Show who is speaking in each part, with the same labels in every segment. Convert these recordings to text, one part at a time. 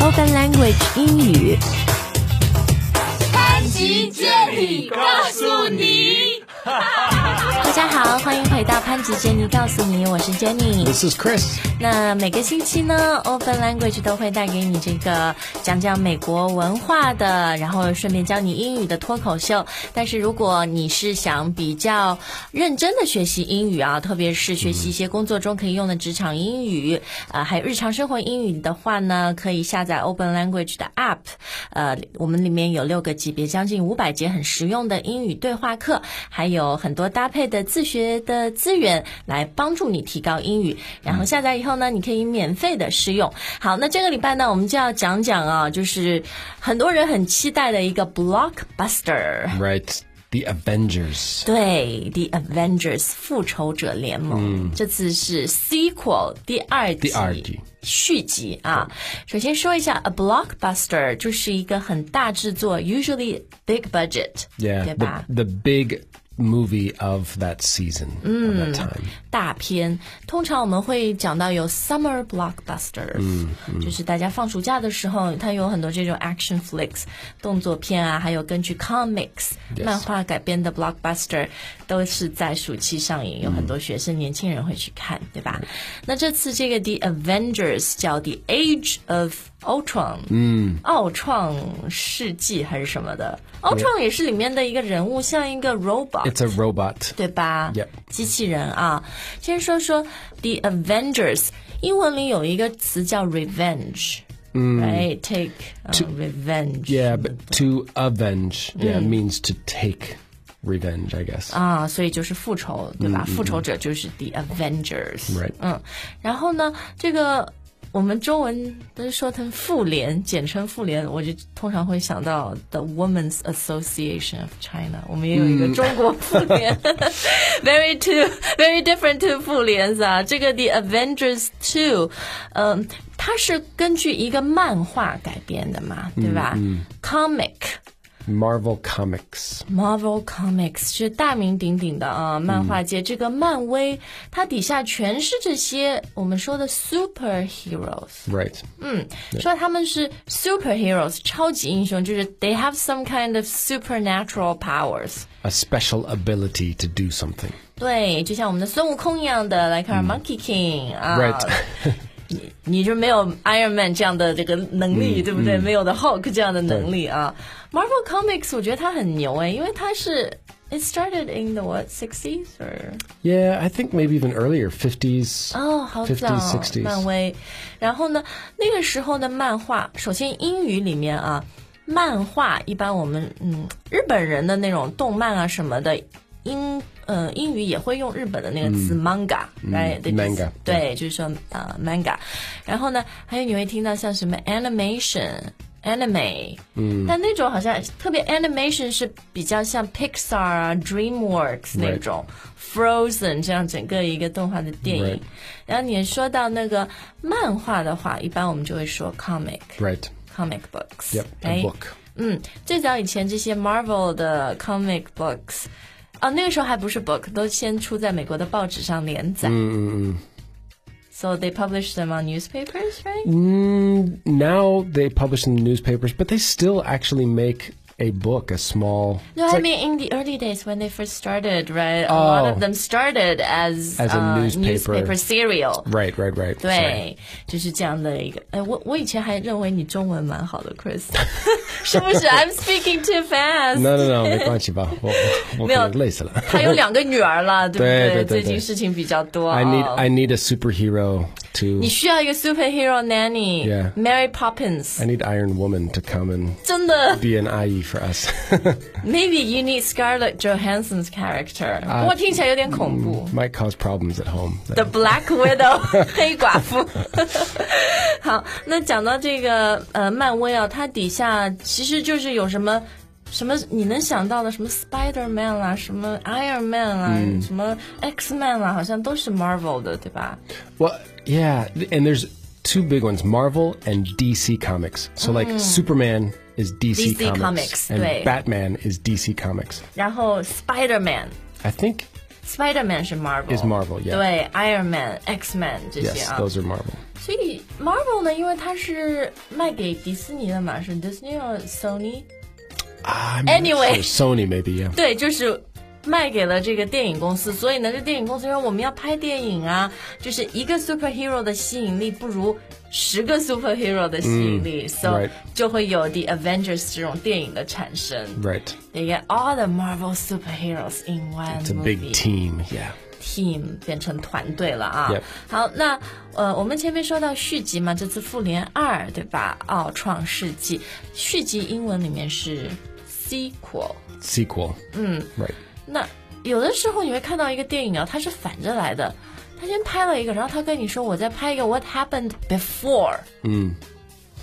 Speaker 1: Modern Language 英语。
Speaker 2: 潘吉接力告诉你。
Speaker 1: 大家好，欢迎回到潘吉 Jenny 告诉你，我是 Jenny。
Speaker 3: This is Chris.
Speaker 1: 那每个星期呢，Open Language 都会带给你这个讲讲美国文化的，然后顺便教你英语的脱口秀。但是如果你是想比较认真的学习英语啊，特别是学习一些工作中可以用的职场英语，呃，还有日常生活英语的话呢，可以下载 Open Language 的 App。呃，我们里面有六个级别，将近五百节很实用的英语对话课，还有很多搭配的自学的资源来帮助你提高英语。然后下载以后呢，你可以免费的试用。好，那这个礼拜呢，我们就要讲讲啊，就是很多人很期待的一个 blockbuster。
Speaker 3: Right. The Avengers.
Speaker 1: 对，《The Avengers》复仇者联盟，这次是 sequel 第二集，
Speaker 3: 嗯第二集
Speaker 1: 续集啊。首先说一下，a blockbuster 就是一个很大制作，usually big budget，
Speaker 3: Yeah.
Speaker 1: 对
Speaker 3: The,
Speaker 1: 吧？
Speaker 3: the big movie of that season, of
Speaker 1: Mm.
Speaker 3: that time.
Speaker 1: 大片，通常我们会讲到有 summer blockbusters，、就是大家放暑假的时候，它有很多这种 action flicks 动作片啊，还有根据 comics 漫画改编的 blockbuster 都是在暑期上映，有很多学生、年轻人会去看，对吧？那这次这个 The Avengers 叫 The Age of Ultron，嗯，奥创世纪还是什么的，奥创也是里面的一个人物，像一个 robot。
Speaker 3: It's a robot.
Speaker 1: 对吧
Speaker 3: Yep.
Speaker 1: 机器人啊，先说说 The Avengers，英文里有一个词叫 revenge，嗯，right，take、revenge，
Speaker 3: Yeah, but to avenge, yeah,
Speaker 1: Mm.
Speaker 3: means to take revenge, I guess.
Speaker 1: 啊，所以就是复仇，对吧？复仇者就是 The Avengers，、
Speaker 3: Right
Speaker 1: 嗯，然后呢，这个我们中文都是说成妇联，简称妇联，我就通常会想到 The Women's Association of China，我们也有一个中国妇联、v e r y two very different to 妇联啊，这个 The Avengers Two，嗯、它是根据一个漫画改编的嘛，对吧、c o m i c
Speaker 3: Marvel Comics.
Speaker 1: Marvel Comics 是大名鼎鼎的啊，漫画界、这个漫威，它底下全是这些我们说的 superheroes。
Speaker 3: Right.
Speaker 1: 说他们是 superheroes 超级英雄，就是 they have some kind of supernatural powers。
Speaker 3: A special ability to do something.
Speaker 1: 对，就像我们的孙悟空一样的，来看 Monkey King 啊。
Speaker 3: Right.
Speaker 1: 你就没有 Iron Man 这样的这个能力，对不对？没有的 Hulk 这样的能力啊。Marvel Comics 我觉得它很牛哎，因为它是 it started in the what 60s or
Speaker 3: yeah, I think maybe even earlier, 50s.
Speaker 1: 哦，好早
Speaker 3: 50s,，60s.
Speaker 1: 漫威。然后呢，那个时候的漫画，首先英语里面啊，漫画一般我们嗯，日本人的那种动漫啊什么的，英呃英语也会用日本的那个词 manga，right？对
Speaker 3: manga，
Speaker 1: 嗯对，就是说呃 manga。然后呢，还有你会听到像什么 animation。anime，嗯，但那种好像特别 animation 是比较像 Pixar 啊、DreamWorks 那
Speaker 3: Right
Speaker 1: 种 Frozen 这样整个一个动画的电影
Speaker 3: Right。
Speaker 1: 然后你说到那个漫画的话，一般我们就会说 comic、
Speaker 3: Right.
Speaker 1: comic books。
Speaker 3: Yep. A
Speaker 1: 哎
Speaker 3: book.
Speaker 1: 嗯，最早以前这些 Marvel 的 comic books，啊，那个时候还不是 book，都先出在美国的报纸上连载。嗯嗯嗯。So they publish them on newspapers, right?
Speaker 3: Mm, now they publish in the newspapers, but they still actually make a book, a small.
Speaker 1: No,
Speaker 3: it's
Speaker 1: I
Speaker 3: like-
Speaker 1: mean in the early days when they first started, right? A lot of
Speaker 3: Oh.
Speaker 1: them started as
Speaker 3: As a
Speaker 1: uh,
Speaker 3: newspaper.
Speaker 1: newspaper serial.
Speaker 3: right, right, right. Sorry.
Speaker 1: 对，就是这样的一个。哎，我我以前还认为你中文蛮好的，Chris，是不是？I'm speaking too fast。
Speaker 3: No, no, no, 没关系吧，我-我-
Speaker 1: 没有，
Speaker 3: 我可能累死了。
Speaker 1: 他有两个女儿了，对不
Speaker 3: 对对对
Speaker 1: 最
Speaker 3: 对
Speaker 1: 近事情比较多啊。
Speaker 3: I need, I need a superhero
Speaker 1: 你
Speaker 3: to.
Speaker 1: 需要一个 superhero nanny，Mary
Speaker 3: Yeah
Speaker 1: Poppins，
Speaker 3: I need Iron Woman to come and
Speaker 1: 真的
Speaker 3: be an IE for us.
Speaker 1: ，Maybe you need Scarlett Johansson's character，不
Speaker 3: 啊
Speaker 1: 过听起来有点恐怖。
Speaker 3: Might cause problems at home.
Speaker 1: The Black Widow，黑 寡妇。 好，那讲到这个呃，漫威啊，它底下其实就是有什么。什么你能想到的什么 Spider Man 啦、什么 Iron Man 啦、
Speaker 3: 嗯
Speaker 1: 什么 X Man 啦、好像都是 Marvel 的，对吧？
Speaker 3: Well, yeah, and there's two big ones Marvel and DC Comics. So, like, Superman is DC,
Speaker 1: DC Hmm. Comics,
Speaker 3: and
Speaker 1: 对。
Speaker 3: Batman is DC Comics.
Speaker 1: 然后 Spider Man。
Speaker 3: I think
Speaker 1: Spider Man 是 Marvel，
Speaker 3: Is Marvel，yeah
Speaker 1: 对，Iron Man、X Man 这些
Speaker 3: Yes,
Speaker 1: 啊
Speaker 3: those are Marvel.
Speaker 1: 所以 Marvel 呢，因为它是卖给迪士尼的嘛，是 Disney or Sony？
Speaker 3: I'm
Speaker 1: Anyway.
Speaker 3: sure Sony maybe, yeah.
Speaker 1: 对，就是卖给了这个电影公司。所以呢，这电影公司说我们要拍电影啊，就是一个 superhero 的吸引力不如十个 superhero 的吸引力、s o
Speaker 3: 嗯 right
Speaker 1: 就会有 The Avengers 这种电影的产生。
Speaker 3: Right.
Speaker 1: They get all the Marvel superheroes in one
Speaker 3: It's a
Speaker 1: movie.
Speaker 3: big team, yeah.
Speaker 1: team 变成团队了啊。
Speaker 3: Yep.
Speaker 1: 好，那呃，我们前面说到续集嘛，这次《复联二》对吧？奥创世纪续集英文里面是 sequel。
Speaker 3: Sequel.
Speaker 1: Hmm.
Speaker 3: Right.
Speaker 1: 那有的时候你会看到一个电影啊，它是反着来的，他先拍了一个，然后他跟你说我再拍一个 What happened before，嗯，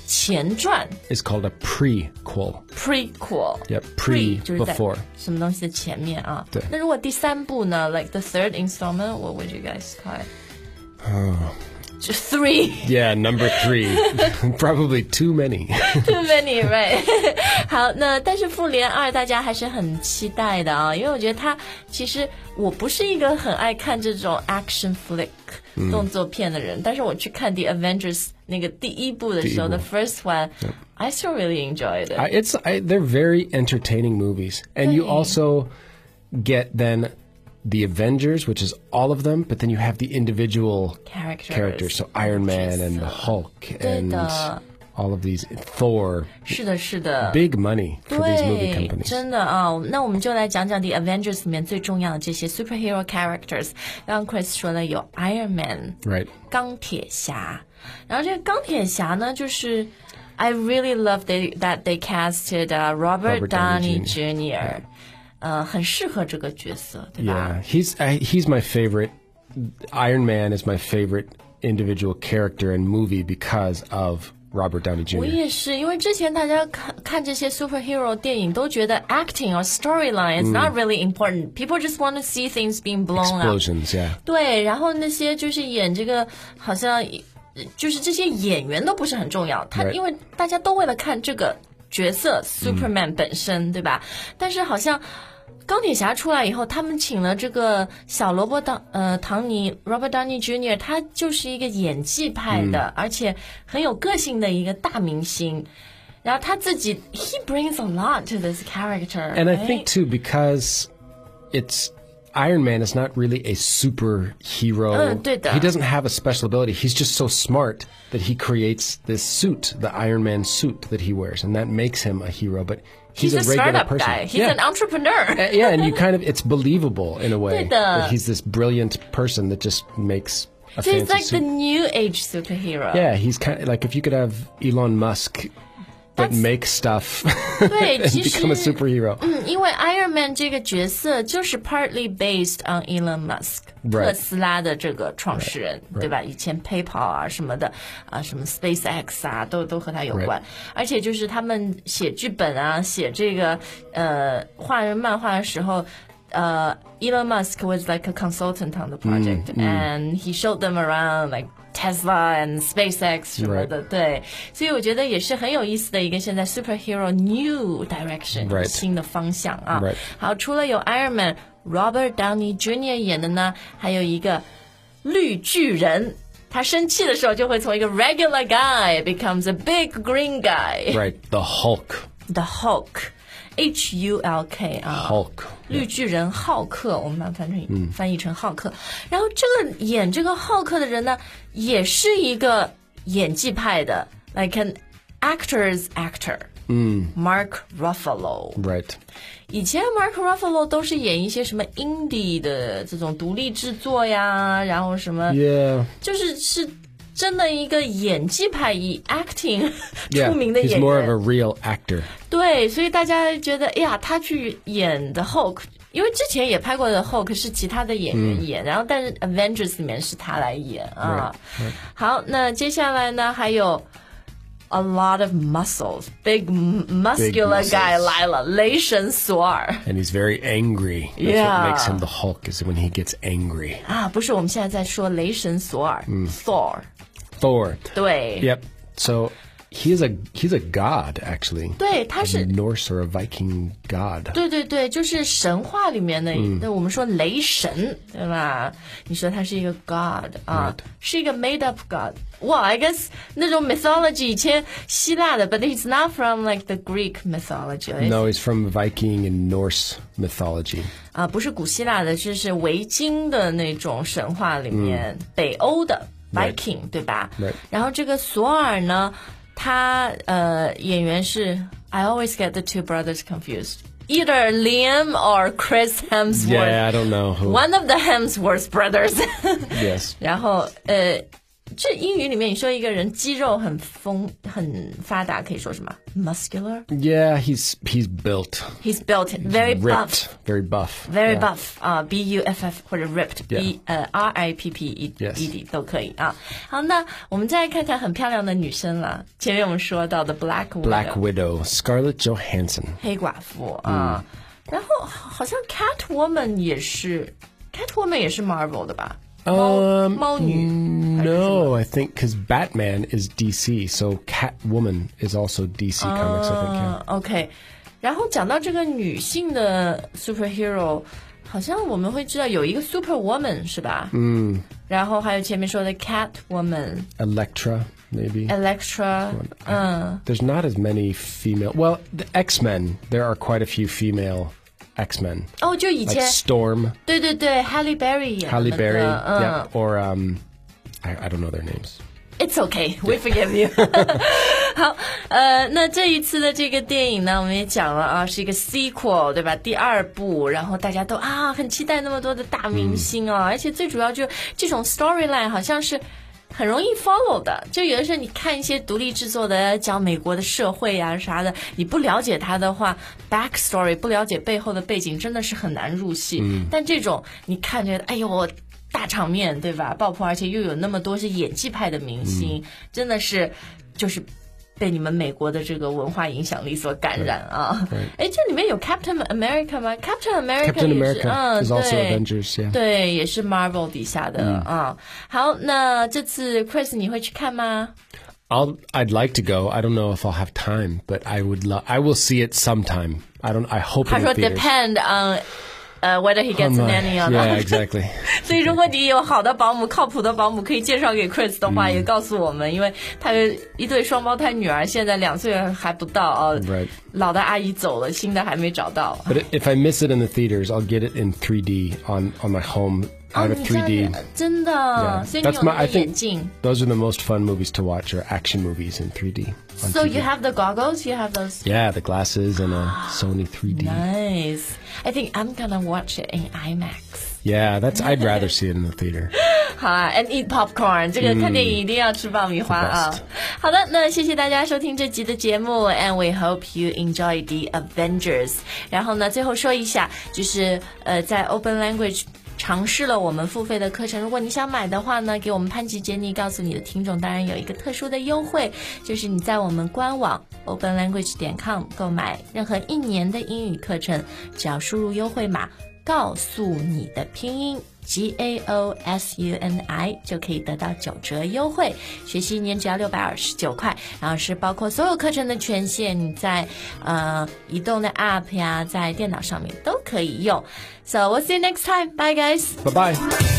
Speaker 1: 前传
Speaker 3: It's called a prequel.
Speaker 1: prequel。
Speaker 3: Yep. Pre,
Speaker 1: Pre 就是在
Speaker 3: before.
Speaker 1: 什么东西的前面啊？
Speaker 3: 对
Speaker 1: 那如果第三部呢？Like the third installment，what would you guys call it？就
Speaker 3: 啊
Speaker 1: three。
Speaker 3: Yeah, number three. Probably too many.
Speaker 1: Too many, right？好，那但是复联二大家还是很期待的啊、因为我觉得它其实我不是一个很爱看这种 action flick
Speaker 3: 嗯
Speaker 1: 动作片的人，但是我去看 The Avengers 那个第一部的时候
Speaker 3: 第一
Speaker 1: ，The
Speaker 3: 部
Speaker 1: first one，I still really enjoyed it。
Speaker 3: I, it's I, they're very entertaining movies, and you
Speaker 1: Right.
Speaker 3: also get then the Avengers, which is all of them, but then you have the individual
Speaker 1: Characters.
Speaker 3: characters, so uh, Iron Man and the Hulk and
Speaker 1: the-
Speaker 3: all of these Thor.
Speaker 1: 是的，是的。
Speaker 3: Big money for these movie
Speaker 1: 对，
Speaker 3: companies.
Speaker 1: 真的啊、那我们就来讲讲《The Avengers》里面最重要的这些 superhero characters。刚刚 Chris 说了有 Iron Man，
Speaker 3: Right.
Speaker 1: 钢铁侠。然后这个钢铁侠呢，就是 I really love they, that they casted、Robert uh,
Speaker 3: Robert Downey
Speaker 1: Downey Jr.，呃，很适合这个角色，对吧
Speaker 3: Yeah, he's I, he's my favorite. Iron Man is my favorite individual character and movie because of Robert Downey
Speaker 1: 我
Speaker 3: Jr.
Speaker 1: 也是，因为之前大家看看这些 superhero 电影，都觉得 acting or storyline is
Speaker 3: Mm。
Speaker 1: not really important. People just want to see things being blown up.
Speaker 3: Explosions, yeah.
Speaker 1: 对，然后那些就是演这个，好像呃就是这些演员都不是很重要，他
Speaker 3: Right.
Speaker 1: 因为大家都为了看这个角
Speaker 3: 嗯
Speaker 1: 色 Superman 本身，对吧？但是好像钢铁侠出来以后，他们请了这个小萝卜当呃唐尼 Robert Downey Jr.，他就是一个演技派的，
Speaker 3: 嗯
Speaker 1: 而且很有个性的一个大明星。然后他自己，he brings a lot to this character，哎
Speaker 3: And I
Speaker 1: right?
Speaker 3: think too because it's Iron Man is not really a superhero.
Speaker 1: 嗯，对的。
Speaker 3: he doesn't have a special ability. He's just so smart that he creates this suit, the Iron Man suit that he wears, and that makes him a hero. But he's,
Speaker 1: he's a
Speaker 3: regular
Speaker 1: startup
Speaker 3: person.
Speaker 1: guy. He's
Speaker 3: yeah.
Speaker 1: an entrepreneur.
Speaker 3: yeah, and you kind of it's believable in a
Speaker 1: 对
Speaker 3: way
Speaker 1: 的。
Speaker 3: that he's this brilliant person that just makes a
Speaker 1: So
Speaker 3: fancy
Speaker 1: he's like the
Speaker 3: suit.
Speaker 1: new age superhero.
Speaker 3: yeah, he's kind of like if you could have Elon Musk that
Speaker 1: That's-
Speaker 3: makes stuff
Speaker 1: 对，
Speaker 3: and
Speaker 1: 其实
Speaker 3: become a superhero.
Speaker 1: 嗯，因为 Iron Man 这个角色就是 partly based on Elon Musk，、
Speaker 3: Right.
Speaker 1: 特斯拉的这个创始人对吧？以前 PayPal 啊什么的啊，什么 SpaceX 啊，都都和他有关。
Speaker 3: Right.
Speaker 1: 而且就是他们写剧本啊，写这个呃画人漫画的时候。呃、e l o n Musk was like a consultant on the project,、and he showed them around like Tesla and SpaceX 什么的。对，所以我觉得也是很有意思的一个现在 superhero new direction、
Speaker 3: Right.
Speaker 1: 新的方向啊。
Speaker 3: Right.
Speaker 1: 好，除了有 Iron Man Robert Downey Jr. 演的呢，还有一个绿巨人。他生气的时候就会从一个 regular guy becomes a big green guy。
Speaker 3: Right, the Hulk.
Speaker 1: The Hulk，H U L K 啊
Speaker 3: Hulk.
Speaker 1: 绿巨人浩克，我们把它翻成、
Speaker 3: 嗯
Speaker 1: 翻译成浩克。然后这个演这个浩克的人呢，也是一个演技派的，like an actor's actor。嗯，Mark Ruffalo。
Speaker 3: Right.
Speaker 1: 以前 Mark Ruffalo 都是演一些什么 indie 的这种独立制作呀，然后什么
Speaker 3: Yeah.
Speaker 1: 就是是真的一个演技派，以 acting 出
Speaker 3: Yeah.
Speaker 1: 名的
Speaker 3: He's
Speaker 1: 演
Speaker 3: more of
Speaker 1: 员
Speaker 3: a。real actor.
Speaker 1: 对，所以大家觉得，哎呀，他去演的 Hulk，因为之前也拍过的 Hulk 是其他的演
Speaker 3: 嗯
Speaker 1: 员演，然后但是 Avengers 里面是他来演啊。好，那接下来呢，还有 a lot of muscles，big muscular
Speaker 3: muscles
Speaker 1: guy 来了，雷神索尔
Speaker 3: And he's very angry. That's
Speaker 1: Yeah.
Speaker 3: what makes him the Hulk is when he gets angry.
Speaker 1: 啊，不是，我们现在在说雷神索尔、t h o r
Speaker 3: Thor.
Speaker 1: 对
Speaker 3: Yep. So He is a he's a god actually.
Speaker 1: 对，他
Speaker 3: A
Speaker 1: 是
Speaker 3: Norse or a Viking god.
Speaker 1: 对对对，就是神话里面的，那我们说雷神，对吧？你说他是一个 god 啊是一个 made up god。哇、i guess 那种 mythology 以前希腊的，but it's not from like the Greek mythology，right?
Speaker 3: No, he's from Viking and Norse mythology.
Speaker 1: 啊，不是古希腊的，就是维京的那种神话里面，北欧的
Speaker 3: 嗯 Right.
Speaker 1: Viking，、对吧
Speaker 3: Right.
Speaker 1: 然后这个索尔呢，他呃演员是 I always get the two brothers confused。Either Liam or Chris Hemsworth.
Speaker 3: Yeah, I don't know who.
Speaker 1: One of the Hemsworth brothers.
Speaker 3: Yes.
Speaker 1: 然后呃，这英语里面你说一个人肌肉很丰很发达，可以说什么？Muscular.
Speaker 3: Yeah, he's he's built,
Speaker 1: He's built very buff.
Speaker 3: ripped, very buff.
Speaker 1: Very
Speaker 3: Yeah.
Speaker 1: buff 啊、b U F F 或者 ripped
Speaker 3: Yeah.
Speaker 1: B 呃 R I P P E
Speaker 3: Yes.
Speaker 1: E D 都可以啊。好，那我们再看看很漂亮的女生了。前面我们说到的 Black Widow
Speaker 3: Black 嗯 Widow, Scarlett Johansson.
Speaker 1: 黑寡妇啊，然后好像 Catwoman 也是 Catwoman 也是 Marvel 的吧？猫
Speaker 3: 嗯
Speaker 1: 猫女还是什么
Speaker 3: Um, No, I think because Batman is DC, so Catwoman is also DC comics. I think. Yeah.
Speaker 1: 嗯，OK。然后讲到这个女性的 superhero，好像我们会知道有一个 Superwoman 是吧？嗯。然后还有前面说的 Catwoman。
Speaker 3: Elektra, maybe.
Speaker 1: Electra，嗯，
Speaker 3: There's not as many female. Well, the X Men. There are quite a few female X Men,
Speaker 1: 哦，就以
Speaker 3: like
Speaker 1: 前，
Speaker 3: Storm,
Speaker 1: 对对对，Halle Berry 演
Speaker 3: Halle
Speaker 1: 的
Speaker 3: Berry,
Speaker 1: 嗯 uh.
Speaker 3: yeah, or um, I, I don't know their names.
Speaker 1: ，It's okay，we forgive you。好，呃，那这一次的这个电影呢，我们也讲了啊，是一个 sequel，对吧？第二部，然后大家都啊很期待那么多的大明星啊，而且最主要就这种 storyline 好像是。很容易 follow 的，就有的时候你看一些独立制作的，讲美国的社会呀、啥的，你不了解它的话，backstory 不了解背后的背景，真的是很难入戏。但这种你看着，哎呦，我大场面对吧，爆破，而且又有那么多是演技派的明星，真的是就是。被你们美国的这个文化影响力所感染啊！哎，这里面有 Captain America 吗？Captain America
Speaker 3: Captain
Speaker 1: 也是，
Speaker 3: America
Speaker 1: 嗯，
Speaker 3: is also 嗯
Speaker 1: 对，
Speaker 3: Avengers. Yeah.
Speaker 1: 对，也是 Marvel 底下的啊、好，那这次 Chris 你会去看吗？
Speaker 3: I'll I'd like to go. I don't know if I'll have time, but I would love. I will see it sometime. I don't. I hope
Speaker 1: 他
Speaker 3: in
Speaker 1: 说
Speaker 3: the theaters.
Speaker 1: depend on，呃、whether he
Speaker 3: Oh
Speaker 1: gets an
Speaker 3: my-
Speaker 1: nanny or
Speaker 3: yeah,
Speaker 1: not。
Speaker 3: exactly.
Speaker 1: 所以如果你有好的保姆、靠谱的保姆可以介绍给 Chris 的话，也告诉我们，因为他有一对双胞胎女儿，现在两岁还不到啊。
Speaker 3: Right.
Speaker 1: 老的阿姨走了，新的还没找到。
Speaker 3: But i- if I miss it in the theaters, I'll get it in 3D on on my home. I have a
Speaker 1: 你这样
Speaker 3: 3D.
Speaker 1: Oh, 真的
Speaker 3: Yeah.
Speaker 1: 所以你
Speaker 3: That's
Speaker 1: 有
Speaker 3: my-
Speaker 1: 那
Speaker 3: I
Speaker 1: 个
Speaker 3: think-
Speaker 1: 眼镜。
Speaker 3: Those are the most fun movies to watch, or action movies in 3D. on
Speaker 1: So
Speaker 3: TV.
Speaker 1: you have the goggles, you have those.
Speaker 3: yeah, the glasses and a Sony 3D.
Speaker 1: Nice. I think I'm gonna watch it in IMAX.
Speaker 3: Yeah, that's. I'd rather see it in the theater.
Speaker 1: 好啊，and eat popcorn，这个看电影一定要吃爆米花啊
Speaker 3: the best！
Speaker 1: 好的，那谢谢大家收听这集的节目，and we hope you enjoy the Avengers。然后呢，最后说一下，就是呃，在 Open Language。尝试了我们付费的课程，如果你想买的话呢，给我们潘吉杰尼告诉你的听众，当然有一个特殊的优惠，就是你在我们官网 openlanguage 点 com 购买任何一年的英语课程，只要输入优惠码告诉你的拼音 G A O S U N I 就可以得到九折优惠，学习一年只要六百二十九块，然后是包括所有课程的权限，你在呃移动的 App 呀，在电脑上面都可以用。So we'll see you next time. Bye guys.
Speaker 3: bye bye.